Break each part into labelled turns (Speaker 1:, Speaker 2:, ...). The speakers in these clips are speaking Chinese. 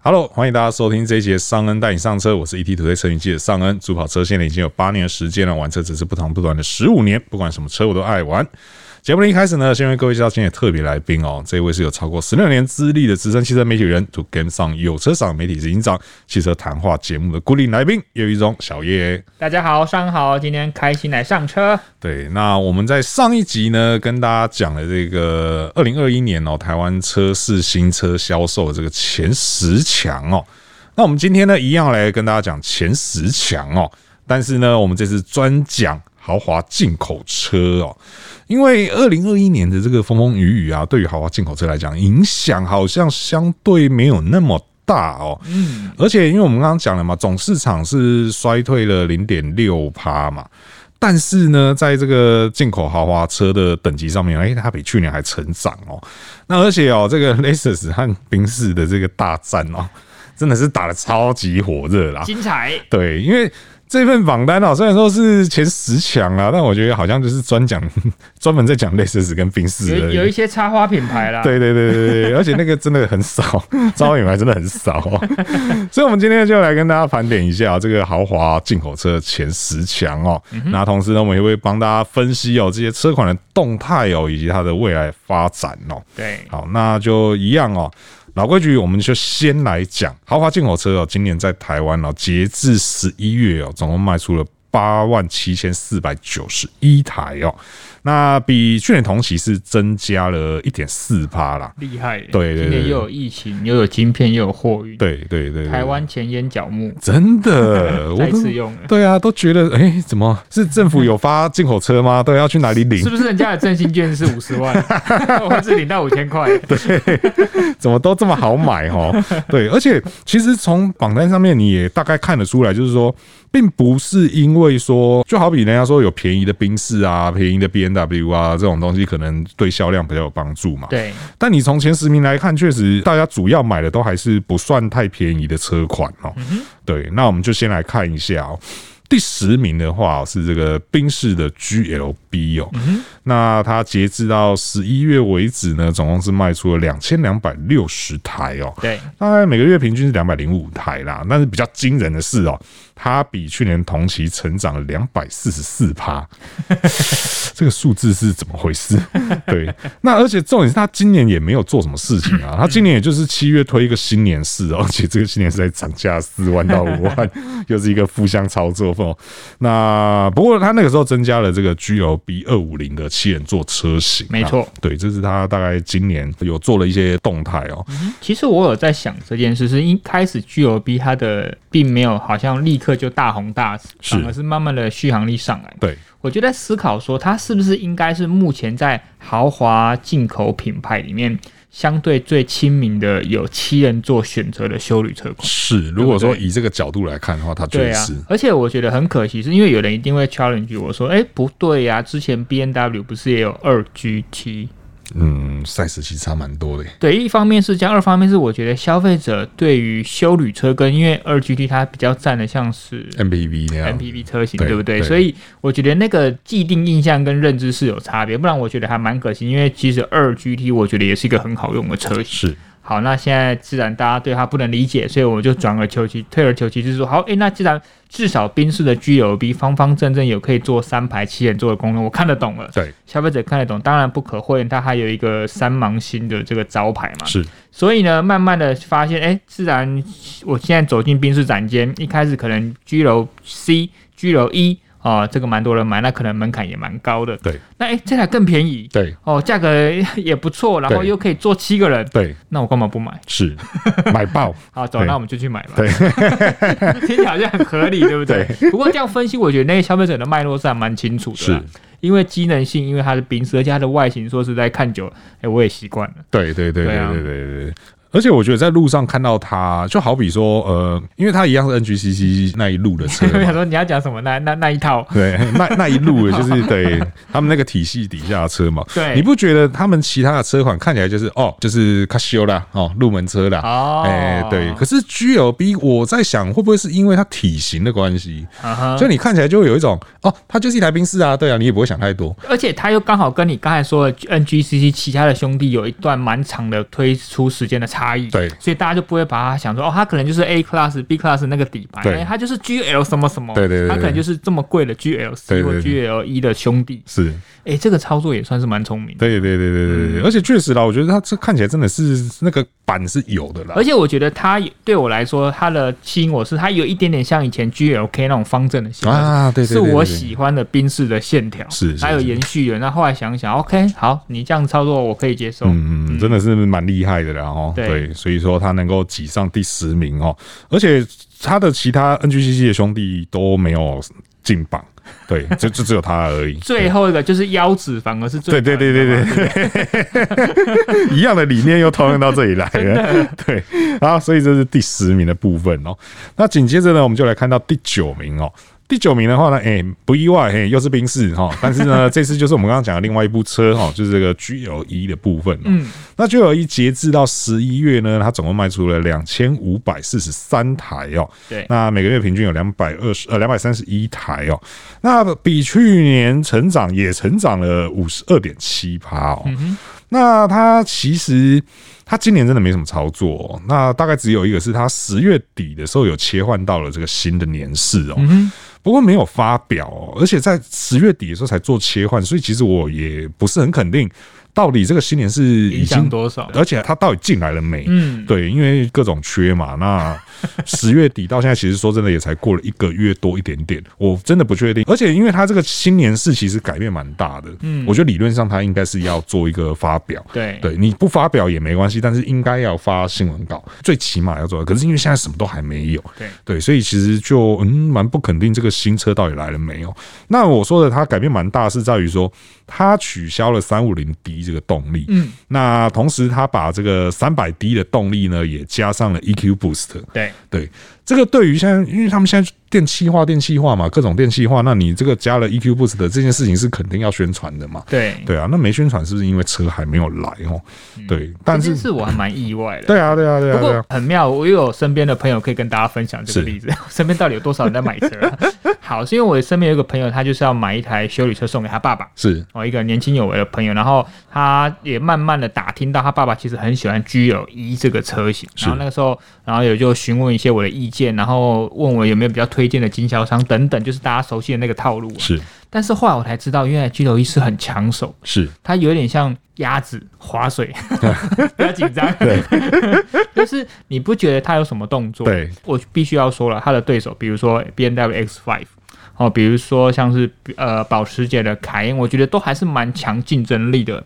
Speaker 1: Hello，欢迎大家收听这一节尚恩带你上车，我是 E ET 土堆车云记者尚恩，主跑车现在已经有八年的时间了，玩车只是不长不短的十五年，不管什么车我都爱玩。节目的一开始呢，先为各位介绍今天的特别来宾哦，这位是有超过十六年资历的资深汽车媒体人，To Game 上有车赏媒体执行长，汽车谈话节目的固定来宾，叶玉忠小叶。
Speaker 2: 大家好，上午好，今天开心来上车。
Speaker 1: 对，那我们在上一集呢，跟大家讲了这个二零二一年哦，台湾车市新车销售这个前十强哦。那我们今天呢，一样来跟大家讲前十强哦，但是呢，我们这次专讲豪华进口车哦，因为二零二一年的这个风风雨雨啊，对于豪华进口车来讲，影响好像相对没有那么。大哦，嗯，而且因为我们刚刚讲了嘛，总市场是衰退了零点六趴嘛，但是呢，在这个进口豪华车的等级上面，哎、它比去年还成长哦。那而且哦，这个 Lexus 和宾士的这个大战哦，真的是打的超级火热啦。
Speaker 2: 精彩，
Speaker 1: 对，因为这份榜单啊，虽然说是前十强啊，但我觉得好像就是专讲专门在讲 Lexus 跟宾士
Speaker 2: 有
Speaker 1: 而已
Speaker 2: 有一些插花品牌啦，，
Speaker 1: 对对对对对，而且那个真的很 少，招品牌真的很少、哦。所以，我们今天就来跟大家盘点一下这个豪华进口车前十强哦。
Speaker 2: 嗯
Speaker 1: 那同时呢，我们也会帮大家分析哦这些车款的动态哦，以及它的未来发展哦。
Speaker 2: 对，
Speaker 1: 好，那就一样哦。老规矩，我们就先来讲豪华进口车哦。今年在台湾哦，截至十一月哦，总共卖出了八万七千四百九十一台哦，那比去年同期是增加了一点四趴啦。
Speaker 2: 厉害。
Speaker 1: 对对对
Speaker 2: 今年又有疫情，又有晶片，又有货运，，
Speaker 1: 对对对对，
Speaker 2: 台湾前眼角目
Speaker 1: 真 的，我
Speaker 2: 再
Speaker 1: 都
Speaker 2: 次用了，
Speaker 1: 对啊，都觉得哎、诶怎么是政府有发进口车吗？对，要去哪里领
Speaker 2: 是？不是人家的振兴券是五十万， 我只领到五千块？
Speaker 1: 怎么都这么好买哦？对，而且其实从榜单上面你也大概看得出来，就是说，并不是因为说，就好比人家说有便宜的宾士啊、便宜的 B N W 啊这种东西，可能对销量比较有帮助嘛。
Speaker 2: 对，
Speaker 1: 但你从前十名来看，确实大家主要买的都还是不算太便宜的车款哦。对，那我们就先来看一下哦。第十名的话哦是这个宾士的 GLB 哦，那它截至到十一月为止呢，总共是卖出了两千两百六十台哦，
Speaker 2: 对，
Speaker 1: 大概每个月平均是两百零五台啦。但是比较惊人的是哦，它比去年同期成长了两百四十四趴， 这个数字是怎么回事？ 对，那而且重点是它今年也没有做什么事情啊，它今年也就是七月推一个新年式哦，而且这个新年式还涨价四万到五万， 又是一个负向操作哦。那不过它那个时候增加了这个 GLB 二五零的七人座车型啊、
Speaker 2: 没错
Speaker 1: 对，这是它大概今年有做了一些动态哦。
Speaker 2: 其实我有在想这件事，是一开始 G O B 它的并没有好像立刻就大红大紫，
Speaker 1: 是
Speaker 2: 反而是慢慢的续航力上来。
Speaker 1: 对，
Speaker 2: 我就在思考说，它是不是应该是目前在豪华进口品牌里面相对最亲民的有七人座选择的休旅车款？
Speaker 1: 是，如果
Speaker 2: 对
Speaker 1: 说
Speaker 2: 不对
Speaker 1: 以这个角度来看的话，它
Speaker 2: 对
Speaker 1: 确
Speaker 2: 啊
Speaker 1: 实、，
Speaker 2: 而且我觉得很可惜，是因为有人一定会 challenge 我说，哎、不对呀、之前 B N W 不是也有二 G T？
Speaker 1: 嗯，赛事其实差蛮多的。
Speaker 2: 对，一方面是这样，二方面是我觉得消费者对于休旅车跟因为二 G T 它比较占的像是
Speaker 1: MPV 那样
Speaker 2: MPV 车型，
Speaker 1: 对
Speaker 2: 对不对？
Speaker 1: 对
Speaker 2: 所以我觉得那个既定印象跟认知是有差别，不然我觉得还蛮可惜。因为其实二 GT 我觉得也是一个很好用的车型。
Speaker 1: 是
Speaker 2: 好，那现在自然大家对它不能理解，所以我就转而求其退而求其次说，好，诶，那既然至少宾士的 GLB 方方正正有可以坐三排七人座的功能，我看得懂了，
Speaker 1: 对，
Speaker 2: 消费者看得懂，当然不可讳言，它还有一个三芒星的这个招牌嘛。
Speaker 1: 是，
Speaker 2: 所以呢，慢慢的发现，哎、自然我现在走进宾士展间，一开始可能居楼 C、居楼一啊，这个蛮多人买，那可能门槛也蛮高的。
Speaker 1: 对，
Speaker 2: 那哎、诶这台更便宜
Speaker 1: 对
Speaker 2: 哦，价格也不错，然后
Speaker 1: 对
Speaker 2: 又可以坐七个人，
Speaker 1: 对
Speaker 2: 那我干嘛不买？
Speaker 1: 是，买爆
Speaker 2: 好，走，
Speaker 1: 对
Speaker 2: 那我们就去买吧。
Speaker 1: 对，
Speaker 2: 听起来好像很合理，对不对？不过这样分析，我觉得那个消费者的脉络是还蛮清楚的啦
Speaker 1: 是，，
Speaker 2: 因为机能性，因为它的宾士，而且它的外形，说实在看久了，哎、我也习惯了。
Speaker 1: 对对对对
Speaker 2: 对啊
Speaker 1: 对对对对。而且我觉得在路上看到它，就好比说，呃，因为它一样是 NGCC 那一路的 车
Speaker 2: 我想
Speaker 1: 嘛，
Speaker 2: 说你要讲什么那那那一套，
Speaker 1: 对，那那一路的 就是对他们那个体系底下的车嘛。
Speaker 2: 对，
Speaker 1: 你不觉得他们其他的车款看起来就是哦，就是卡西欧啦，哦，入门车啦，
Speaker 2: 哦，
Speaker 1: 哎、对。可是 GLB 我在想，会不会是因为它体型的关系，
Speaker 2: 啊哈
Speaker 1: 所以你看起来就会有一种哦，它就是一台宾士啊，对啊，你也不会想太多。
Speaker 2: 而且他又刚好跟你刚才说的 NGCC 其他的兄弟有一段蛮长的推出时间的差异，
Speaker 1: 对
Speaker 2: 所以大家就不会把它想说哦，它可能就是 A class、B class 那个底盘，
Speaker 1: 对
Speaker 2: 哎它就是 GL 什么什么，
Speaker 1: 对对对对
Speaker 2: 它可能就是这么贵的 GL
Speaker 1: 对
Speaker 2: C 或
Speaker 1: 对
Speaker 2: GL 一的兄弟，
Speaker 1: 是，
Speaker 2: 哎，这个操作也算是蛮聪明的。
Speaker 1: 对对对对对
Speaker 2: 嗯
Speaker 1: 对，而且确实啦，我觉得它这看起来真的是那个板是有的啦
Speaker 2: 而，且我觉得它也对我来说，它的吸引我是它有一点点像以前 GLK 那种方正的形状，
Speaker 1: 啊，对对
Speaker 2: 哎是
Speaker 1: 对，对
Speaker 2: 我
Speaker 1: 对
Speaker 2: 喜欢的宾士的线条，
Speaker 1: 是是
Speaker 2: 还有
Speaker 1: 是
Speaker 2: 延续的。那后来想想，OK，好，你这样操作我可以接受。
Speaker 1: 嗯嗯，真的是蛮厉害的啦哦。
Speaker 2: 对
Speaker 1: 对，所以说他能够挤上第十名哦，而且他的其他 NGCC 的兄弟都没有进榜，对，就就只有他而已。
Speaker 2: 最后一个就是腰子，反而是最
Speaker 1: 对对对对对对， 一样的理念又套用到这里来了。 对，好，所以这是第十名的部分哦。那紧接着呢，我们就来看到第九名哦。第九名的话呢，哎、不意外，哎、又是宾士哈，但是呢，这次就是我们刚刚讲的另外一部车哈，就是这个 G L 一的部分、嗯，那 G L 一截至到十一月呢，它总共卖出了两千五百四十三台哦。
Speaker 2: 对
Speaker 1: 那每个月平均有两百二十呃两百三十一台哦，那比去年成长也成长了五十二点七趴哦。
Speaker 2: 嗯
Speaker 1: 那它其实它今年真的没什么操作哦、那大概只有一个是它十月底的时候有切换到了这个新的年式哦。
Speaker 2: 嗯
Speaker 1: 不过没有发表、哦，而且在十月底的时候才做切换，所以其实我也不是很肯定，到底这个新年是已
Speaker 2: 影响
Speaker 1: 经
Speaker 2: 多少？
Speaker 1: 而且它到底进来了没？
Speaker 2: 嗯，
Speaker 1: 对，因为各种缺嘛。那十月底到现在，其实说真的也才过了一个月多一点点，我真的不确定。而且因为它这个新年式其实改变蛮大的，嗯，我觉得理论上它应该是要做一个发表。
Speaker 2: 对
Speaker 1: 对，你不发表也没关系，但是应该要发新闻稿，最起码要做到。可是因为现在什么都还没有，
Speaker 2: 对
Speaker 1: 对，所以其实就嗯蛮不肯定这个新车到底来了没有。那我说的它改变蛮大，是在于说它取消了三五零 D 这个动力，
Speaker 2: 嗯，
Speaker 1: 那同时它把这个三百 D 的动力呢也加上了 EQ Boost，
Speaker 2: 对
Speaker 1: 对，这个对于现在，因为他们现在电气化、电气化嘛，各种电气化，那你这个加了 EQ Boost 的这件事情是肯定要宣传的嘛。
Speaker 2: 对，
Speaker 1: 对啊，那没宣传是不是因为车还没有来哦？
Speaker 2: 嗯
Speaker 1: 对，但
Speaker 2: 这
Speaker 1: 是
Speaker 2: 件事我还蛮意外的。
Speaker 1: 对啊，对啊，对啊，
Speaker 2: 不
Speaker 1: 对啊
Speaker 2: 过，很妙，我有身边的朋友可以跟大家分享这个
Speaker 1: 是
Speaker 2: 例子。 身边到底有多少人在买车啊、 好，是因为我身边有一个朋友，他就是要买一台修理车送给他爸爸。
Speaker 1: 是
Speaker 2: 哦，一个年轻有为的朋友，然后他也慢慢的打听到他爸爸其实很喜欢 G L 一这个车型，
Speaker 1: 是
Speaker 2: 然后那个时候，然后也就询问一些我的意见，然后问我有没有比较推荐的经销商等等，就是大家熟悉的那个套路、啊。
Speaker 1: 是
Speaker 2: 但是后来我才知道，原来 G L 一是很抢手，
Speaker 1: 是，
Speaker 2: 它有点像鸭子划水， 不要紧张， 就是你不觉得它有什么动作？
Speaker 1: 对，
Speaker 2: 我必须要说了，它的对手，比如说 B N W X Five。哦，比如说像是呃保时捷的凯宴，我觉得都还是蛮强竞争力的。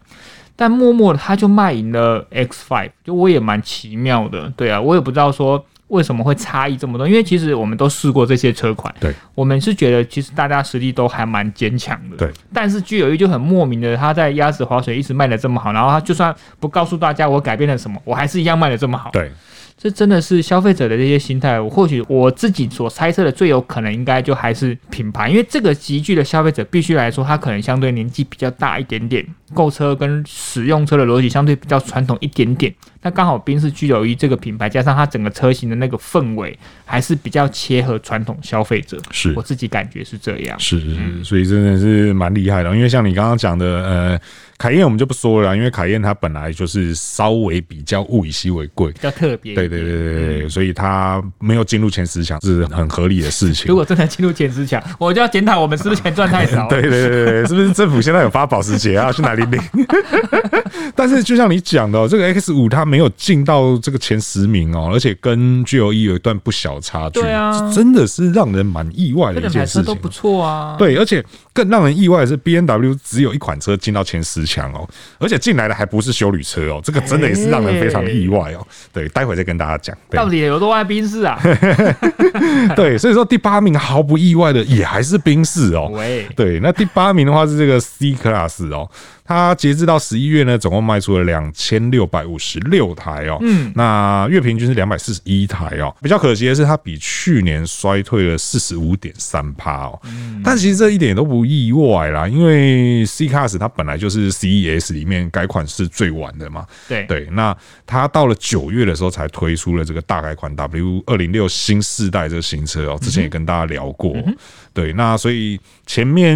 Speaker 2: 但默默的他就卖赢了 X Five，就我也蛮奇妙的，对啊，我也不知道说为什么会差异这么多，因为其实我们都试过这些车款，
Speaker 1: 对，
Speaker 2: 我们是觉得其实大家实力都还蛮坚强的，
Speaker 1: 对。
Speaker 2: 但是 G 有一就很莫名的，他在鸭子划水一直卖的这么好，然后他就算不告诉大家我改变了什么，我还是一样卖的这么好，
Speaker 1: 对，
Speaker 2: 这真的是消费者的这些心态。我或许我自己所猜测的最有可能，应该就还是品牌，因为这个集聚的消费者必须来说，他可能相对年纪比较大一点点，购车跟使用车的逻辑相对比较传统一点点。那刚好宾士 G 九一这个品牌，加上它整个车型的那个氛围，还是比较切合传统消费者。
Speaker 1: 是
Speaker 2: 我自嗯己感觉是这样。
Speaker 1: 是是是，所以真的是蛮厉害的。因为像你刚刚讲的，呃，凯宴我们就不说了啦，因为凯宴它本来就是稍微比较物以稀为贵。
Speaker 2: 比较特别，
Speaker 1: 对对对。对
Speaker 2: 嗯
Speaker 1: 对，所以它没有进入前十强是很合理的事情
Speaker 2: 如。果真的进入前十强，我就要检讨我们是不是钱赚太少 了。
Speaker 1: 对对对对对，是不是政府现在有发保时捷啊？去哪里领？ 但是就像你讲的、哦，这个 X 五它没有进到这个前十名哦，而且跟 G O E 有一段不小差距，
Speaker 2: 对啊
Speaker 1: 这真的是让人蛮意外的
Speaker 2: 这
Speaker 1: 一
Speaker 2: 两台
Speaker 1: 件
Speaker 2: 车
Speaker 1: 事
Speaker 2: 都
Speaker 1: 情。
Speaker 2: 不错啊。
Speaker 1: 对，而且更让人意外的是，B N W 只有一款车进到前十强哦，而且进来的还不是修旅车哦，这个真的也是让人非常意外哦。对，待会再跟大家讲。对
Speaker 2: 到底有多爱宾 士啊？
Speaker 1: 对，所以说第八名毫不意外的也还是宾士哦。
Speaker 2: 喂，
Speaker 1: 对，那第八名的话是这个 C Class 哦，它截至到十一月呢，总共卖出了两千六百五十六台哦，嗯，那月平均是两百四十一台哦。比较可惜的是，它比去年衰退了四十五点三趴哦，但其实这一点都不意外啦，因为 C Class 它本来就是 CES 里面改款是最晚的嘛，
Speaker 2: 对
Speaker 1: 对，那它到了九月的时候才推出了这个大改款 W 二零六新世代这个新车
Speaker 2: 嗯
Speaker 1: 哦，之前也跟大家聊过。对，那所以前面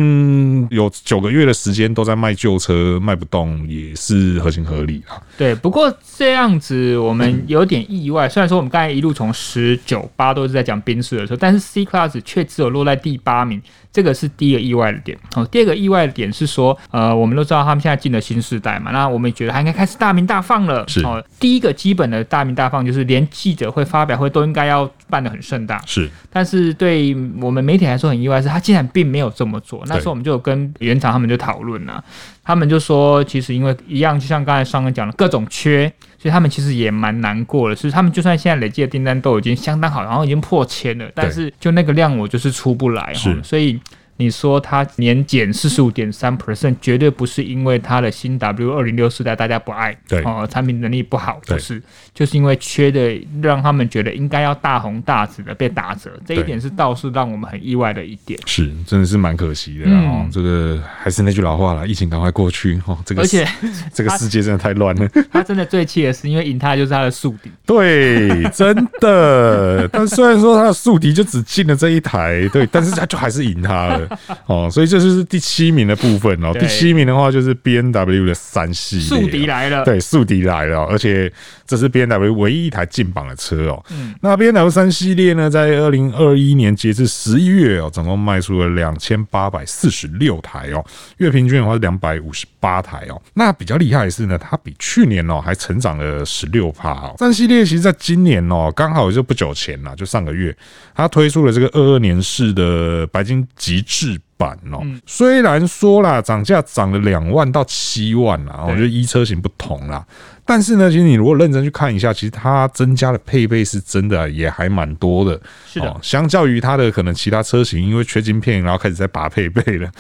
Speaker 1: 有九个月的时间都在卖旧车，车卖不动也是合情合理啦。
Speaker 2: 对，不过这样子我们有点意外。虽然说我们刚才一路从十九八都是在讲宾士的车，但是 C Class 却只有落在第八名，这个是第一个意外的点。哦，第二个意外的点是说，呃，我们都知道他们现在进了新时代嘛，那我们觉得他应该开始大名大放了。
Speaker 1: 是
Speaker 2: 哦，第一个基本的大名大放就是连记者会、发表会都应该要办得很盛大。
Speaker 1: 是
Speaker 2: 但是对我们媒体来说很意外，是他竟然并没有这么做。那时候我们就有跟原厂他们就讨论了，他们就说，其实因为一样，就像刚才上恩讲的各种缺，所以他们其实也蛮难过的。是他们就算现在累积的订单都已经相当好，然后已经破千了，但是就那个量我就是出不来
Speaker 1: 是
Speaker 2: 齁所以。你说它年减四十五点三 percent，绝对不是因为它的新 W 二零六四代大家不爱，
Speaker 1: 对
Speaker 2: 哦，产品能力不好，
Speaker 1: 对
Speaker 2: 就是就是因为缺的，让他们觉得应该要大红大紫的被打折，这一
Speaker 1: 对
Speaker 2: 点是倒是让我们很意外的一点。
Speaker 1: 是，真的是蛮可惜的啦。
Speaker 2: 嗯
Speaker 1: 哦，这个还是那句老话啦，疫情赶快过去哦。这个
Speaker 2: 而且
Speaker 1: 这个世界真的太乱了。
Speaker 2: 他真的最气的是，因为赢他就是他的宿敌，
Speaker 1: 对，真的。但虽然说他的宿敌就只进了这一台，对，但是他就还是赢他了哦。所以这就是第七名的部分哦。
Speaker 2: 对
Speaker 1: 第七名的话就是 B N W 的三系列哦
Speaker 2: 宿敌来了。
Speaker 1: 对，宿敌来了哦、而且这是 B N W 唯一一台进榜的车哦。
Speaker 2: 嗯
Speaker 1: 那 B N W 三系列呢，在二零二一年截至十一月哦，总共卖出了两千八百四十六台哦，月平均的话是两百五十八台哦。那比较厉害的是呢，它比去年哦还成长了十六趴哦。三系列其实在今年哦，刚好就不久前啦，就上个月，它推出了这个二二年式的白金极致。版哦，
Speaker 2: 嗯
Speaker 1: 虽然说啦，涨价涨了两万到七万啦，我
Speaker 2: 对
Speaker 1: 觉得一车型不同啦，但是呢，其实你如果认真去看一下，其实它增加的配备是真的啊也还蛮多的。
Speaker 2: 是的
Speaker 1: 哦，相较于它的可能其他车型，因为缺晶片，然后开始在拔配备 了。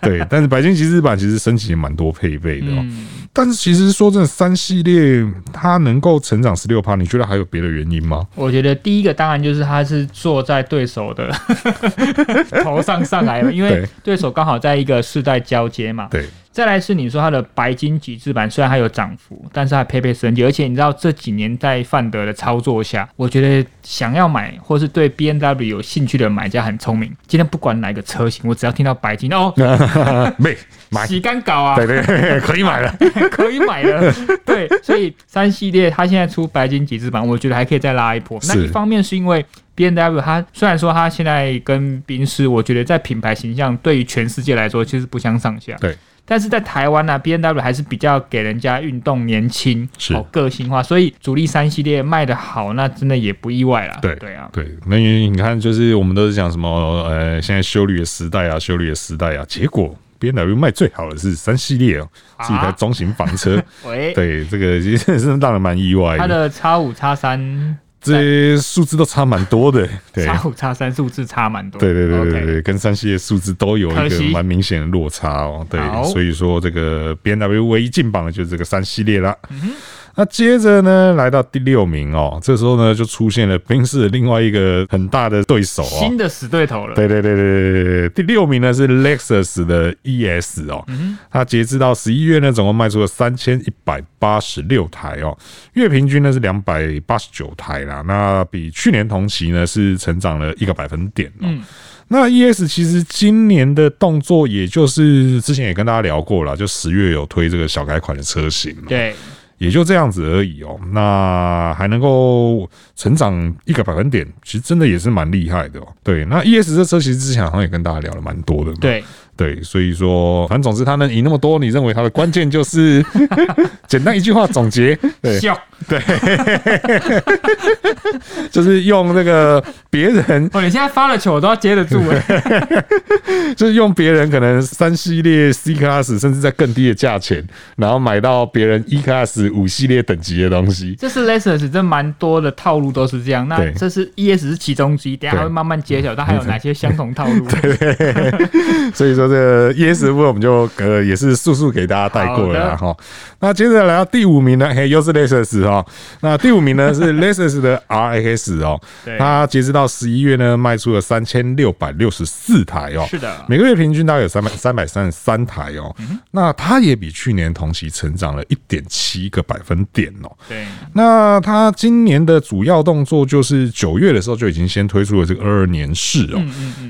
Speaker 1: 对，但是白金骑士版其实升级也蛮多配备的哦。
Speaker 2: 嗯，
Speaker 1: 但是其实说真的，三系列它能够成长十六趴，你觉得还有别的原因吗？
Speaker 2: 我觉得第一个当然就是他是坐在对 手的头上上来了，因为
Speaker 1: 对
Speaker 2: 对手刚好在一个世代交接嘛。
Speaker 1: 对，
Speaker 2: 再来是你说它的白金极致版，虽然它有涨幅，但是它配备升级，而且你知道这几年在范德的操作下，我觉得想要买或是对 B N W 有兴趣的买家很聪明。今天不管哪个车型，我只要听到白金哦，
Speaker 1: 没买，
Speaker 2: 洗干搞啊
Speaker 1: 对，对对， 可以买了。
Speaker 2: 可以买 了。对，所以三系列它现在出白金极致版，我觉得还可以再拉一波。那
Speaker 1: 是
Speaker 2: 一方面是因为 B N W 它虽然说它现在跟宾士，我觉得在品牌形象对于全世界来说其实不相上下。
Speaker 1: 对。
Speaker 2: 但是在台湾呢、b N W 还是比较给人家运动年轻、
Speaker 1: 是
Speaker 2: 哦个性化，所以主力三系列卖的好，那真的也不意外啦。
Speaker 1: 对
Speaker 2: 对啊，
Speaker 1: 对，那你看，就是我们都是讲什么呃，现在修旅的时代啊，修旅的时代啊，结果 B N W 卖最好的是三系列哦，是一台
Speaker 2: 啊
Speaker 1: 中型房车。
Speaker 2: 喂，
Speaker 1: 对，这个其实是让人蛮意外
Speaker 2: 它
Speaker 1: 的，
Speaker 2: 的叉五叉三、
Speaker 1: 这些数字都差蛮多 的。对，
Speaker 2: 叉五叉三数字差蛮多。
Speaker 1: 对对对
Speaker 2: OK
Speaker 1: 对对，跟三系列数字都有一
Speaker 2: 可
Speaker 1: 个
Speaker 2: 惜
Speaker 1: 蛮明显的落差哦。对
Speaker 2: 好，
Speaker 1: 所以说这个 B N W 唯一进榜的就是这个三系列啦。
Speaker 2: 嗯
Speaker 1: 那接着呢，来到第六名哦，这时候呢就出现了宾士的另外一个很大的对手哦，
Speaker 2: 新的死对头了。
Speaker 1: 对对对对对对对，第六名呢是 Lexus 的 ES 哦，它截至到十一月呢，总共卖出了三千一百八十六台哦，月平均呢是两百八十九台啦，那比去年同期呢是成长了一个百分点哦。
Speaker 2: 嗯
Speaker 1: 那 ES 其实今年的动作，也就是之前也跟大家聊过了，就十月有推这个小改款的车型嘛，
Speaker 2: 对，
Speaker 1: 也就这样子而已哦。那还能够成长一个百分点，其实真的也是蛮厉害的哦。对，那 ES 这车其实之前好像也跟大家聊了蛮多的嘛。
Speaker 2: 对，
Speaker 1: 对，所以说，反正总之它能赢那么多，你认为它的关键就是 简单一句话总结， 对，
Speaker 2: 笑，
Speaker 1: 就是用那个别人，
Speaker 2: 哦，你现在发了球，我都要接 得住哎、
Speaker 1: 就是用别人可能三系列 C class 甚至在更低的价钱，然后买到别人 E class 五系列等级的东西。
Speaker 2: 这是 Lessons，这蛮多的套路都是这样。那
Speaker 1: 对
Speaker 2: 这是 ES 是其中之一，等一下
Speaker 1: 对
Speaker 2: 还会慢慢揭晓，它还有哪些相同 套路。
Speaker 1: 所以说这个 ES 部分我们就呃也是速速给大家带过了啦哈。那接着来到第五名呢，嘿，又是 Lexus 哈。那第五名呢是 Lexus 的 RX 哦，
Speaker 2: 对
Speaker 1: 它截止到十一月呢卖出了三千六百六十四台哦，
Speaker 2: 是的嗯
Speaker 1: 每个月平均大概有三百三百三十三台哦。那它也比去年同期成长了一点七个百分点哦。
Speaker 2: 对，
Speaker 1: 那它今年的主要动作就是九月的时候就已经先推出了这个二二年式哦，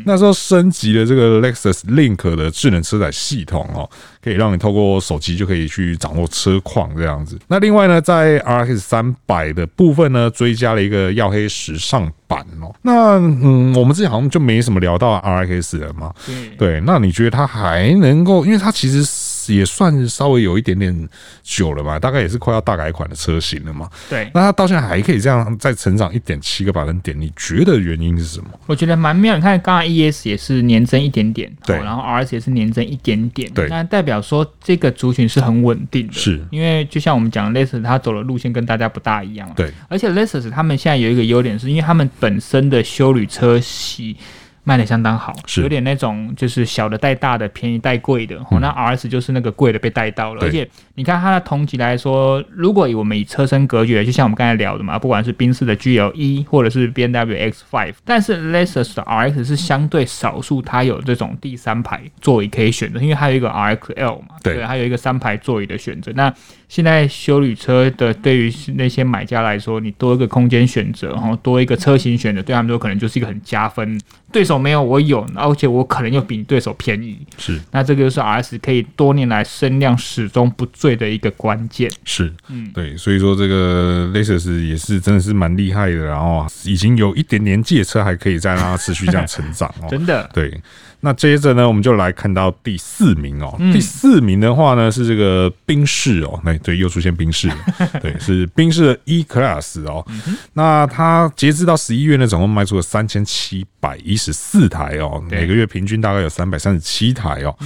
Speaker 1: 那时候升级了这个 Lexus Link 可的智能车载系统哦，可以让你透过手机就可以去掌握车况这样子。那另外呢，在 RX 三百的部分呢，追加了一个曜黑时尚版哦。那嗯，我们之前好像就没什么聊到 RX 了嘛。
Speaker 2: 对
Speaker 1: 对，那你觉得它还能够？因为它其实也算是稍微有一点点久了吧，大概也是快要大改款的车型了嘛。
Speaker 2: 对，
Speaker 1: 那它到现在还可以这样再成长一点七个百分点，你觉得原因是什么？
Speaker 2: 我觉得蛮妙。你看，刚刚 ES 也是年增一点点，
Speaker 1: 对
Speaker 2: 哦然后 RS 也是年增一点点，
Speaker 1: 对
Speaker 2: 那代表说这个族群是很稳定的，
Speaker 1: 是
Speaker 2: 因为就像我们讲，Lexus 它走的路线跟大家不大一样嘛，
Speaker 1: 对，
Speaker 2: 而且 Lexus 他们现在有一个优点，是因为他们本身的修旅车系卖的相当好，
Speaker 1: 是嗯
Speaker 2: 有点那种就是小的带大的，便宜带贵的。哦，那 RS 就是那个贵的被带到了，
Speaker 1: 对
Speaker 2: 而且你看它的同级来说，如果以我们以车身隔绝，就像我们刚才聊的嘛，不管是宾士的 GL 一或者是 B N W X Five，但是 Lexus 的 RX 是相对少数它有这种第三排座椅可以选择，因为它有一个 RXL 嘛，
Speaker 1: 对
Speaker 2: 还有一个三排座椅的选择。那现在修旅车的对于那些买家来说，你多一个空间选择，然后多一个车型选择，对他们说可能就是一个很加分。对手没有，我有，而且我可能又比你对手便宜。
Speaker 1: 是
Speaker 2: 那这个就是 RS 可以多年来声量始终不坠的一个关键。
Speaker 1: 是，
Speaker 2: 嗯，
Speaker 1: 对，所以说这个 Lexus 也是真的是蛮厉害的，然后已经有一点年纪的车还可以再让它持续这样成长哦。
Speaker 2: 真的，
Speaker 1: 对，那接着呢，我们就来看到第四名哦。
Speaker 2: 嗯
Speaker 1: 第四名的话呢是这个宾士哦， 那对又出现宾士 了，对，是宾士的 E Class 哦。
Speaker 2: 嗯
Speaker 1: 那它截至到十一月呢，总共卖出了三千七百一十四台哦，
Speaker 2: 对
Speaker 1: 每个月平均大概有三百三十七台哦。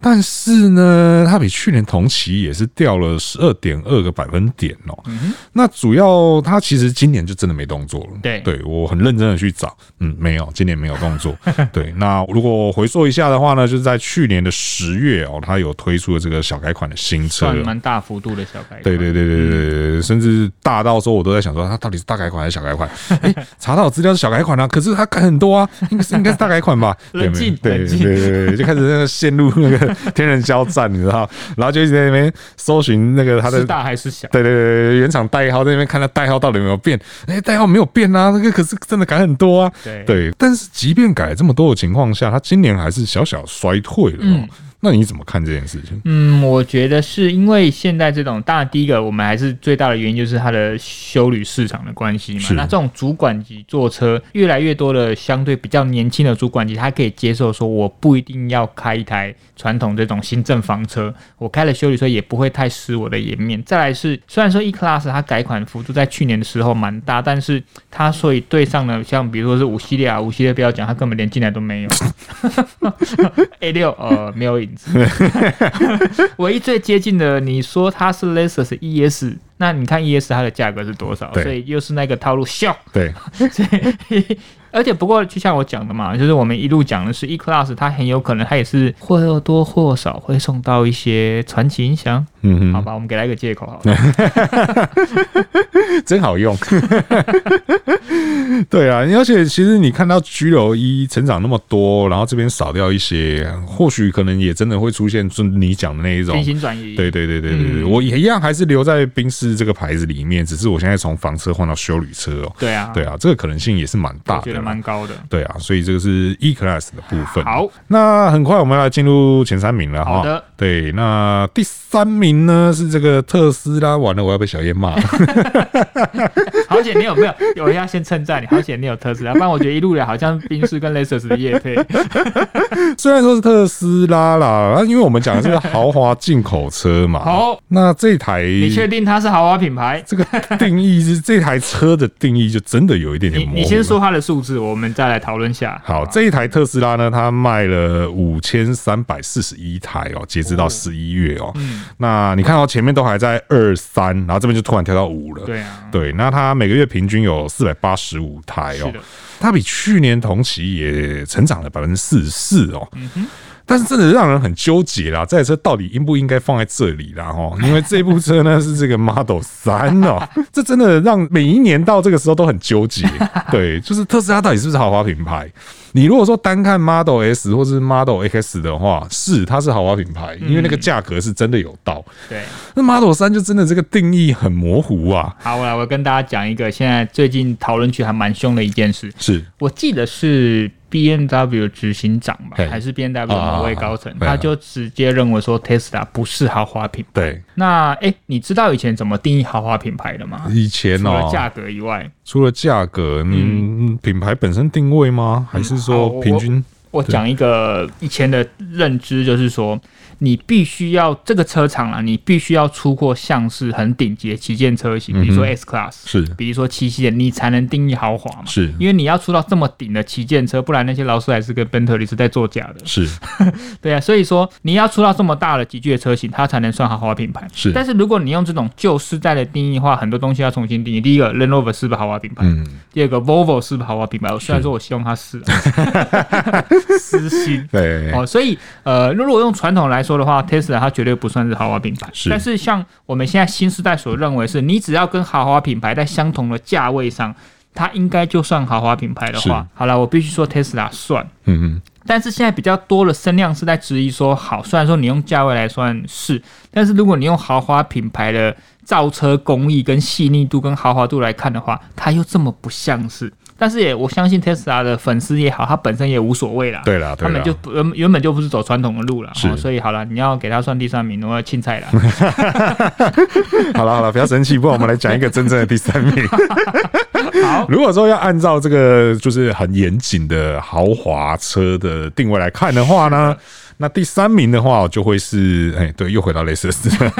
Speaker 1: 但是呢，它比去年同期也是掉了十二点二个百分点哦。
Speaker 2: 嗯
Speaker 1: 那主要它其实今年就真的没动作了。
Speaker 2: 对
Speaker 1: 对我很认真的去找，嗯，没有，今年没有动 作。对，那如果回溯一下的话呢，就是在去年的十月哦，它有推出了这个小改款的新车
Speaker 2: 算
Speaker 1: 哦。
Speaker 2: 蛮大幅度的小改。
Speaker 1: 对，对对对对对对，甚至大到说，我都在想说，啊它到底是大改款还是小改款？ 哎、查到资料是小改款啊，可是它改很多啊，应该是应该是大改款吧？对
Speaker 2: 冷静
Speaker 1: 对
Speaker 2: 冷
Speaker 1: 对
Speaker 2: 静
Speaker 1: 对对，就开始那个陷入那个 天人交战，你知道？然后就一直在那边搜寻那个它的
Speaker 2: 是大还是小？
Speaker 1: 对对对对，原厂代号在那边看它代号到底有没有变？哎、代号没有变啊，那个可是真的改很多啊。
Speaker 2: 对
Speaker 1: 对，但是即便改了这么多的情况下，它今年还是小小衰退了、哦。
Speaker 2: 嗯
Speaker 1: 那你怎么看这件事情？
Speaker 2: 嗯，我觉得是因为现在这种，当然第一个我们还是最大的原因就是它的修旅市场的关系嘛
Speaker 1: 是。
Speaker 2: 那这种主管级坐车，越来越多的相对比较年轻的主管级，他可以接受说，我不一定要开一台传统这种行政房车，我开了修旅车也不会太失我的颜面。再来是，虽然说 E Class 它改款幅度在去年的时候蛮大，但是它所以对上了像比如说是五系列啊，五系列不要讲，它根本连进来都没有。A 六呃没有影子，唯一最接近的，你说它是 Lexus ES，那你看 ES 它的价格是多少？
Speaker 1: 对
Speaker 2: 所以又是那个套路笑。
Speaker 1: 对，
Speaker 2: 而且不过就像我讲的嘛，就是我们一路讲的是 E Class，它很有可能它也是或多或少会送到一些传奇音响，
Speaker 1: 嗯
Speaker 2: 好
Speaker 1: 哼，
Speaker 2: 吧，我们给它一个借 口好了。
Speaker 1: 真好用。 对啊，而且其实你看到 G 楼一成长那么多，然后这边少掉一些，或许可能也真的会出现就你讲的那一种
Speaker 2: 平行转移，
Speaker 1: 对对对对对对，
Speaker 2: 嗯
Speaker 1: 我也一样还是留在宾士这个牌子里面，只是我现在从房车换到修理车哦。
Speaker 2: 对啊，
Speaker 1: 对啊啊，这个可能性也是蛮大
Speaker 2: 我觉
Speaker 1: 的
Speaker 2: 得
Speaker 1: 啦。
Speaker 2: 蛮高的。
Speaker 1: 对啊，所以这个是 E Class 的部分。
Speaker 2: 好，
Speaker 1: 那很快我们要来进入前三名了哈。
Speaker 2: 好的，
Speaker 1: 对，那第三名呢是这个特斯拉，完了我要被小燕骂。
Speaker 2: 好险你有没有？我要先称赞你，好险你有特斯拉，不然我觉得一路来好像宾士跟 Lexus 的 业配。
Speaker 1: 虽然说是特斯拉啦，那因为我们讲的是豪华进口车嘛。
Speaker 2: 好，
Speaker 1: 那这台
Speaker 2: 你确定它是豪华品牌？
Speaker 1: 这个定义 是这台车的定义，就真的有一点点
Speaker 2: 你
Speaker 1: 模糊。
Speaker 2: 你先说它的数字，我们再来讨论下。
Speaker 1: 好，这一台特斯拉呢，它卖了五千三百四十一台哦，截止到
Speaker 2: 哦
Speaker 1: 十一月哦。
Speaker 2: 嗯，
Speaker 1: 那你看到、前面都还在二三，然后这边就突然跳到五了。
Speaker 2: 对啊，
Speaker 1: 对，那它每个月平均有四百八十五台
Speaker 2: 是
Speaker 1: 哦
Speaker 2: 的，，
Speaker 1: 它比去年同期也成长了百分之四十四哦。
Speaker 2: 嗯哼，
Speaker 1: 但是真的让人很纠结啦，这台车到底应不应该放在这里啦？哦，因为这部车呢是这个 Model 三 哦，这真的让每一年到这个时候都很纠结。对，就是特斯拉到底是不是豪华品牌？你如果说单看 Model S 或是 Model X 的话，是它是豪华品
Speaker 2: 嗯
Speaker 1: 牌，因为那个价格是真的有到。
Speaker 2: 对。
Speaker 1: 那 Model 三就真的这个定义很模糊啊。
Speaker 2: 好，我来，我跟大家讲一个现在最近讨论区还蛮凶的一件事。
Speaker 1: 是
Speaker 2: 我记得是 B N W 执行长吧
Speaker 1: 嘿，
Speaker 2: 还是 B N W 某位高层
Speaker 1: 啊，啊啊
Speaker 2: 他就直接认为说 Tesla 不是豪华品牌。
Speaker 1: 对，
Speaker 2: 那哎、诶你知道以前怎么定义豪华品牌的吗？
Speaker 1: 以前
Speaker 2: 除
Speaker 1: 哦
Speaker 2: 了，价格以外，
Speaker 1: 除了价格，嗯，品牌本身定位吗？还是
Speaker 2: 好
Speaker 1: 说
Speaker 2: 嗯啊我
Speaker 1: 平均？
Speaker 2: 我讲一个以前的认知，就是说你必须要这个车厂啊，你必须要出货像是很顶级的旗舰车型，比如说
Speaker 1: 嗯哼
Speaker 2: S Class，
Speaker 1: 是
Speaker 2: 比如说七系列，你才能定义豪华嘛。
Speaker 1: 是
Speaker 2: 因为你要出到这么顶的旗舰车，不然那些劳斯莱斯跟奔特利是在作假的。
Speaker 1: 是
Speaker 2: 对啊，所以说你要出到这么大的级距的车型，它才能算豪华品牌。
Speaker 1: 是
Speaker 2: 但是如果你用这种旧世代的定义的话，很多东西要重新定义。第一个，Land Rover 是不是豪华品牌？
Speaker 1: 嗯，
Speaker 2: 第二个，Volvo 是不是豪华品牌？我虽然说我希望它是、啊， 私心。
Speaker 1: 对，
Speaker 2: 哦，所以呃，如果用传统来说的话，Tesla 它绝对不算是豪华品牌。
Speaker 1: 是
Speaker 2: 但是像我们现在新时代所认为是，你只要跟豪华品牌在相同的价位上，它应该就算豪华品牌的话
Speaker 1: 是，
Speaker 2: 好了，我必须说 Tesla 算。
Speaker 1: 嗯
Speaker 2: 但是现在比较多的声量是在质疑说，好，虽然说你用价位来算是，但是如果你用豪华品牌的造车工艺、跟细腻度、跟豪华度来看的话，它又这么不像是。但是也我相信 Tesla 的粉丝也好，他本身也无所谓啦。
Speaker 1: 对啦对
Speaker 2: 他
Speaker 1: 啦
Speaker 2: 们就不原原本就不是走传统的路了，
Speaker 1: 是
Speaker 2: 哦所以好了，你要给他算第三名，我要青菜啦。
Speaker 1: 好了好了，不要生气，不然我们来讲一个真正的第三名。
Speaker 2: 好，
Speaker 1: 如果说要按照这个就是很严谨的豪华车的定位来看的话呢，那第三名的话就会是，哎，对，又回到 Lexus 了。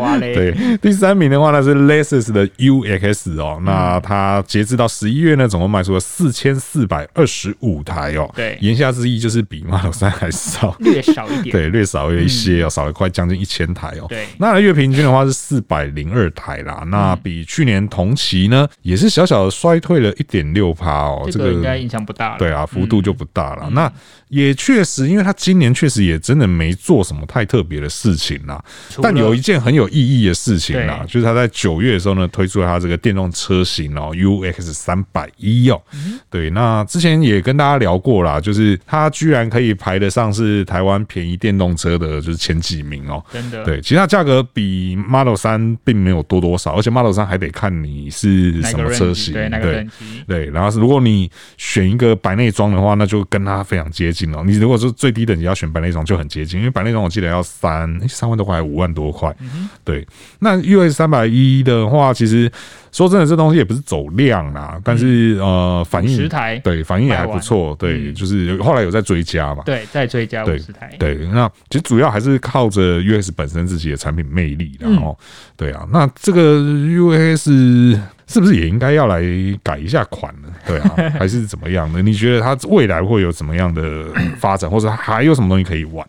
Speaker 2: 哇啊嘞，
Speaker 1: 对，第三名的话呢是 Lexus 的 UX 哦，
Speaker 2: 嗯
Speaker 1: 那它截至到十一月呢，总共卖出了四千四百二十五台哦。
Speaker 2: 对
Speaker 1: 言下之意就是比 Model 三还 少。
Speaker 2: 略少一点。
Speaker 1: 对，略少了一些哦，少了快将近一千台哦。
Speaker 2: 嗯对嗯
Speaker 1: 那月平均的话是四百零二台啦，那比去年同期呢，也是小小的衰退了一点六趴哦。
Speaker 2: 这个应该影嗯响不大了。
Speaker 1: 对啊，幅度就不大了。那也确实，因为他今年确实也真的没做什么太特别的事情啦。
Speaker 2: 除了
Speaker 1: 但有一件很有意义的事情啦
Speaker 2: 对，
Speaker 1: 就是他在九月的时候呢，推出了他这个电动车型哦，UX 三百一哦。
Speaker 2: 嗯
Speaker 1: 对，那之前也跟大家聊过啦，就是它居然可以排得上是台湾便宜电动车的，就是前几名哦。
Speaker 2: 真的
Speaker 1: 对，其实它价格比 Model 三并没有多多少，而且 Model 三还得看你是
Speaker 2: 哪
Speaker 1: 什
Speaker 2: 个
Speaker 1: 么
Speaker 2: range，
Speaker 1: 车型，
Speaker 2: 对哪个等级？
Speaker 1: 对，然后是如果你选一个白内装的话，那就跟它非常接近了。你如果说最低等级要选白内装，就很接近，因为白内装我记得要三诶三万多块，还五万多块。
Speaker 2: 嗯
Speaker 1: 对，那 U S 三百一的话，其实说真的，这东西也不是走量啦，但是、呃，反应
Speaker 2: 嗯十台
Speaker 1: 对反应也还不错。对，
Speaker 2: 嗯
Speaker 1: 就是有后来有在追加嘛。
Speaker 2: 对，再追加
Speaker 1: 对
Speaker 2: 五十台。
Speaker 1: 对，那其实主要还是靠着 US 本身自己的产品魅力啦，然后、对啊，那这个 US 是不是也应该要来改一下款呢？对啊，还是怎么样的？你觉得它未来会有怎么样的发展，或者还有什么东西可以玩？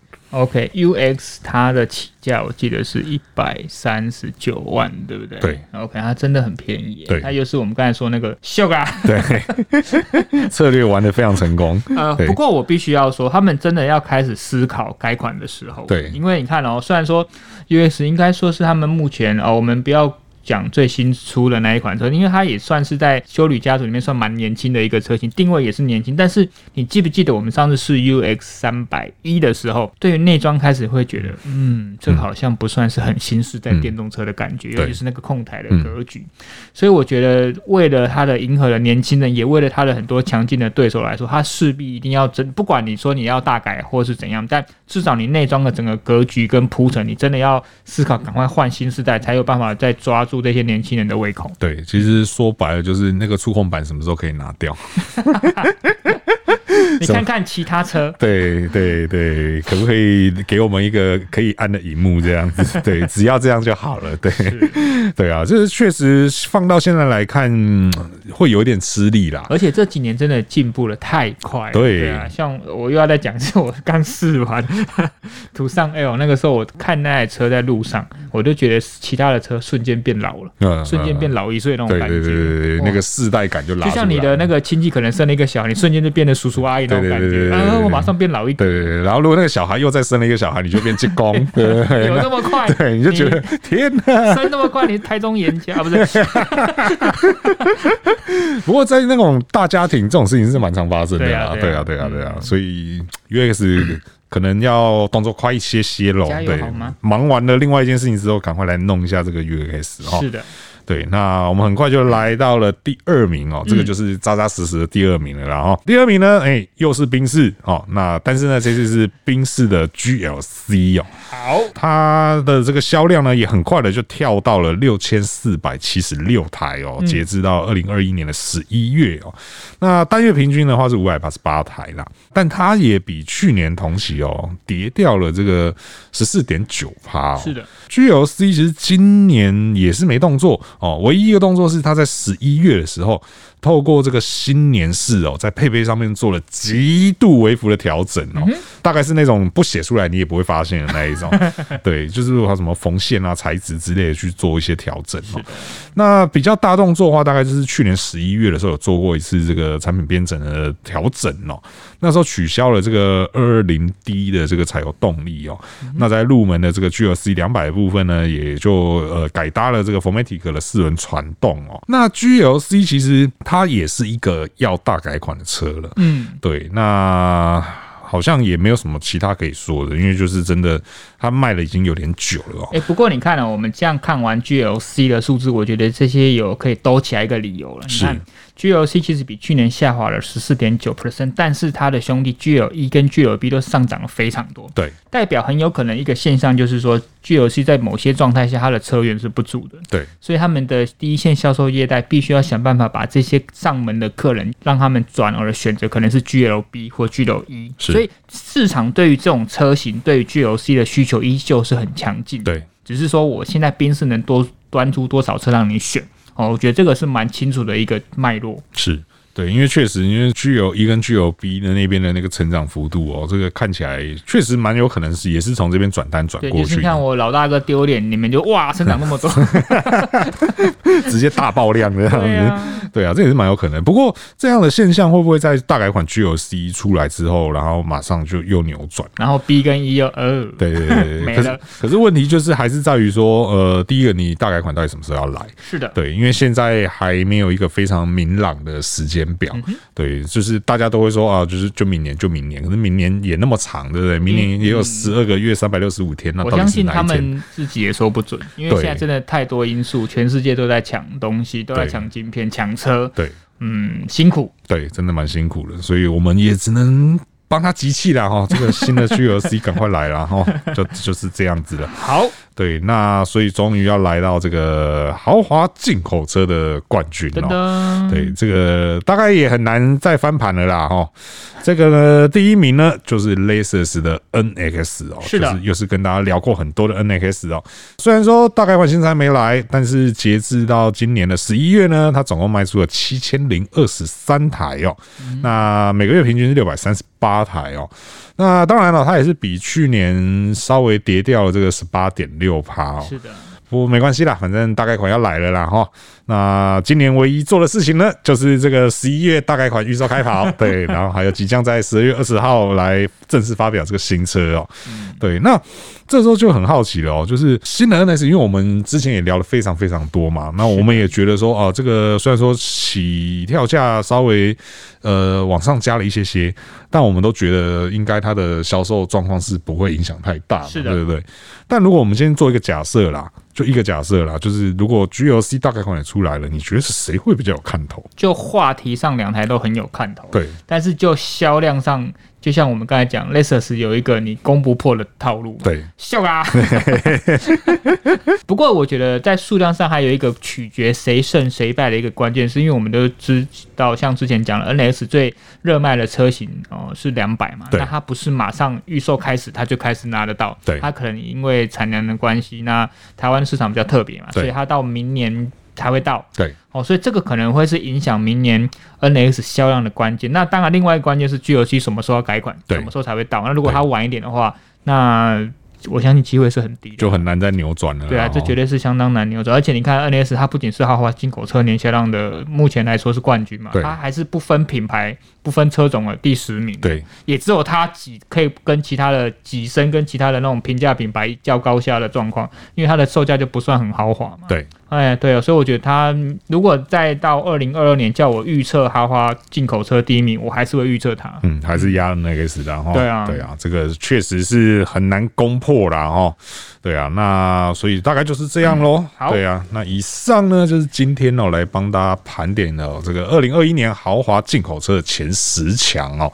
Speaker 2: OK，UX 它的起价我记得是一百三十九万，对不对？
Speaker 1: 对。
Speaker 2: OK，它真的很便宜耶。
Speaker 1: 对
Speaker 2: 它又是我们刚才说那个秀嘎。
Speaker 1: 对， 策略玩的非常成功。
Speaker 2: 呃，
Speaker 1: 对
Speaker 2: 不过我必须要说，他们真的要开始思考改款的时候。
Speaker 1: 对
Speaker 2: 因为你看哦，虽然说 UX 应该说是他们目前哦，我们不要。讲最新出的那一款车，因为它也算是在修旅家族里面算蛮年轻的一个车型，定位也是年轻。但是你记不记得我们上次试 UX 三百一的时候，对于内装开始会觉得，嗯，这个好像不算是很新式在
Speaker 1: 嗯
Speaker 2: 电动车的感觉，
Speaker 1: 对嗯
Speaker 2: 尤其是那个控台的格局。所以我觉得，为了他的迎合了年轻人，也为了他的很多强劲的对手来说，他势必一定要真，不管你说你要大改或是怎样，但至少你内装的整个格局跟铺陈，你真的要思考，赶快换新时代，才有办法再抓住这些年轻人的胃口。
Speaker 1: 对，其实说白了就是那个触控板什么时候可以拿掉？
Speaker 2: 你
Speaker 1: 啊
Speaker 2: 看看其他车，
Speaker 1: 对对对，可不可以给我们一个可以按的荧幕这样子？ 对，只要这样就好了。对， 对啊，这确实放到现在来看，嗯会有一点吃力啦。
Speaker 2: 而且这几年真的进步了太快了。
Speaker 1: 对
Speaker 2: 啊，像我又要再讲一次，我刚试完 途尚 L 那个时候，我看那台车在路上，我就觉得其他的车瞬间变老了。
Speaker 1: 嗯，
Speaker 2: 呃瞬间变
Speaker 1: 嗯。
Speaker 2: 老一岁那种
Speaker 1: 对
Speaker 2: 感觉，
Speaker 1: 对对对对，
Speaker 2: 哇
Speaker 1: 那个世代感就拉出
Speaker 2: 就
Speaker 1: 来
Speaker 2: 像你的那个亲戚可能生了一个小孩，你瞬间就变得叔叔阿姨那种感
Speaker 1: 对对对对
Speaker 2: 觉，
Speaker 1: 对对对
Speaker 2: 啊，我马上变老一点，
Speaker 1: 对对对，然后如果那个小孩又再生了一个小孩，你就变济 公，对
Speaker 2: 有那么快？
Speaker 1: 对，你就觉得 天哪！
Speaker 2: 生那么快，你是台中严家啊？不是，
Speaker 1: 不过在那种大家庭，这种事情是蛮常发生的啊，对
Speaker 2: 对
Speaker 1: 啊
Speaker 2: 啊
Speaker 1: 对
Speaker 2: 对
Speaker 1: 啊
Speaker 2: 啊
Speaker 1: 对啊，所以 UX 可能要动作快一些些喽，
Speaker 2: 加油
Speaker 1: 对
Speaker 2: 好吗，
Speaker 1: 忙完了另外一件事情之后，赶快来弄一下这个 UX 哦。
Speaker 2: 是的，
Speaker 1: 对，那我们很快就来到了第二名
Speaker 2: 嗯
Speaker 1: 哦，这个就是扎扎实实的第二名了啦哦。第二名呢，哎、又是宾士哦，那但是呢，这次是宾士的 GLC 哦，
Speaker 2: 好，
Speaker 1: 它的这个销量呢也很快的就跳到了六千四百七十六台
Speaker 2: 嗯
Speaker 1: 哦，截至到二零二一年的十一月哦，那单月平均的话是五百八十八台啦，但它也比去年同期哦跌掉了这个十四点九趴，哦
Speaker 2: 是的，
Speaker 1: GLC 其实今年也是没动作哦，唯一一个动作是它在十一月的时候，透过这个新年式哦，在配备上面做了极度微幅的调整哦，大概是那种不写出来你也不会发现的那一种，对，就是有它什么缝线啊、材质之类的去做一些调整哦。那比较大动作的话，大概就是去年十一月的时候有做过一次这个产品编整的调整哦，那时候取消了这个二二零 D 的这个柴油动力哦，那在入门的这个 GLC 两百部分呢，也就呃改搭了这个 Formatic 的四轮传动哦。那 GLC 其实它也是一个要大改款的车了，
Speaker 2: 嗯，
Speaker 1: 对，那好像也没有什么其他可以说的，因为就是真的它卖了已经有点久了哦。
Speaker 2: 哎、不过你看了、我们这样看完 GLC 的数字，我觉得这些有可以兜起来一个理由了。你
Speaker 1: 是
Speaker 2: 看 GLC 其实比去年下滑了十四点九 percent，但是它的兄弟 GLE 跟 GLB 都上涨了非常多，
Speaker 1: 对
Speaker 2: 代表很有可能一个现象就是说 GLC 在某些状态下它的车源是不足的，
Speaker 1: 对，
Speaker 2: 所以他们的第一线销售业代必须要想办法把这些上门的客人，让他们转而选择可能是 GLB 或 GLE，
Speaker 1: 是
Speaker 2: 所以市场对于这种车型对于 GLC 的需求依旧是很强劲的。
Speaker 1: 对，
Speaker 2: 只是说我现在宾士能多端出多少车让你选哦，我觉得这个是蛮清楚的一个脉络。
Speaker 1: 是。对，因为确实，因为 G L 一跟 G L B 的那边的那个成长幅度哦，这个看起来确实蛮有可能是也是从这边转单转
Speaker 2: 对，
Speaker 1: 啊过
Speaker 2: 就是
Speaker 1: 去
Speaker 2: 你，看我老大哥丢脸，你们就哇成长那 么多，
Speaker 1: 直接大爆量这样
Speaker 2: 对
Speaker 1: 子。
Speaker 2: 啊，
Speaker 1: 对啊，这也是蛮有可能。不过这样的现象会不会在大改款 GLC 出来之后，然后马上就又扭转？
Speaker 2: 然后 B 跟 E 又呃，
Speaker 1: 对 对对对，
Speaker 2: 没
Speaker 1: 可
Speaker 2: 了
Speaker 1: 是可是问题就是还是在于说，呃，第一个你大改款到底什么时候要来？
Speaker 2: 是的，
Speaker 1: 对，因为现在还没有一个非常明朗的时间表。
Speaker 2: 嗯
Speaker 1: 对，就是大家都会说啊，就是就明年就明年，可是明年也那么长，对不对？明年也有十二个月、三百六十五天，那
Speaker 2: 嗯我
Speaker 1: 到
Speaker 2: 相
Speaker 1: 底是
Speaker 2: 信
Speaker 1: 哪
Speaker 2: 他
Speaker 1: 一天？
Speaker 2: 们自己也说不准，因为
Speaker 1: 对
Speaker 2: 现在真的太多因素，全世界都在抢东西，都在
Speaker 1: 对
Speaker 2: 抢晶片、抢车，
Speaker 1: 对
Speaker 2: 嗯，辛苦。
Speaker 1: 对，真的蛮辛苦的，所以我们也只能。帮他集气啦哈，这个新的 GLC 赶快来啦哈，就就是这样子了。
Speaker 2: 好，
Speaker 1: 对，那所以终于要来到这个豪华进口车的冠军
Speaker 2: 噔
Speaker 1: 哦。
Speaker 2: 噔，
Speaker 1: 对，这个大概也很难再翻盘了啦哈。这个呢，第一名呢就是 Lexus 的 NX 哦，
Speaker 2: 是的
Speaker 1: 就是又是跟大家聊过很多的 NX 哦。虽然说大概换新才没来，但是截至到今年的十一月呢，它总共卖出了七千零二十三台哦，
Speaker 2: 嗯
Speaker 1: 那每个月平均是六百三十八台哦。那当然了，它也是比去年稍微跌掉了这个十八点六趴哦。
Speaker 2: 是的，
Speaker 1: 不过没关系啦，反正大概款要来了啦哈。那今年唯一做的事情呢，就是这个十一月大概款预售开跑，对，然后还有即将在十二月二十号来正式发表这个新车哦。对，那这时候就很好奇了哦，就是新的 NS，因为我们之前也聊了非常非常多嘛，那我们也觉得说哦、这个虽然说起跳价稍微呃往上加了一些些，但我们都觉得应该它的销售状况是不会影响太大嘛，
Speaker 2: 是的
Speaker 1: 对不对？但如果我们先做一个假设啦，就一个假设啦，就是如果 GLC 大概款也出来了，你觉得是谁会比较有看头？
Speaker 2: 就话题上两台都很有看头，
Speaker 1: 对，
Speaker 2: 但是就销量上，就像我们刚才讲，Lexus 有一个你攻不破的套路，
Speaker 1: 对，
Speaker 2: 笑啊！不过我觉得在数量上还有一个取决谁胜谁败的一个关键，是因为我们都知道，像之前讲了 NS 最热卖的车型哦、是两百嘛，
Speaker 1: 对
Speaker 2: 那它不是马上预售开始它就开始拿得到，
Speaker 1: 对
Speaker 2: 它可能因为产能的关系，那台湾市场比较特别嘛，
Speaker 1: 对
Speaker 2: 所以它到明年才会到。
Speaker 1: 对，
Speaker 2: 哦，所以这个可能会是影响明年 NX 销量的关键。那当然，另外一个关键是 GLC 什么时候要改款，
Speaker 1: 对
Speaker 2: 什么时候才会到。那如果
Speaker 1: 对
Speaker 2: 它晚一点的话，那我相信机会是很低的。
Speaker 1: 就很难再扭转了啦。哦
Speaker 2: 对啊，这绝
Speaker 1: 对
Speaker 2: 对是相当难扭转。而且你看，NS 它不仅是豪华进口车年销量的目前来说是冠军嘛，
Speaker 1: 对
Speaker 2: 它还是不分品牌不分车种的第十名，，
Speaker 1: 对，
Speaker 2: 也只有它挤可以跟其他的挤升跟其他的那种平价品牌较高下的状况，因为它的售价就不算很豪华嘛。
Speaker 1: 对，
Speaker 2: 哎，对啊，所以我觉得它嗯如果再到二零二二年叫我预测豪华进口车第一名，我还是会预测它。
Speaker 1: 嗯，还是压那个死的哈。
Speaker 2: 对啊
Speaker 1: 对啊，这个确实是很难攻破啦哈。对啊，那所以大概就是这样喽、
Speaker 2: 好
Speaker 1: 对啊，那以上呢就是今天哦来帮大家盘点的、哦、这个二零二一年豪华进口车的前十强哦。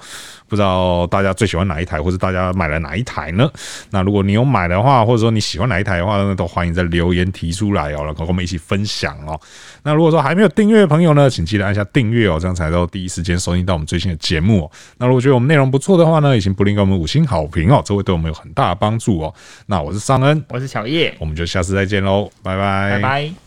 Speaker 1: 不知道大家最喜欢哪一台，或者大家买了哪一台呢？那如果你有买的话，或者说你喜欢哪一台的话呢，都欢迎在留言提出来哦，然后跟我们一起分享哦。那如果说还没有订阅的朋友呢，请记得按下订阅哦，这样才能够第一时间收听到我们最新的节目哦。那如果觉得我们内容不错的话呢，也请不吝给我们五星好评哦，这会对我们有很大的帮助哦。那我是尚恩，
Speaker 2: 我是小叶，
Speaker 1: 我们就下次再见喽，拜拜，
Speaker 2: 拜拜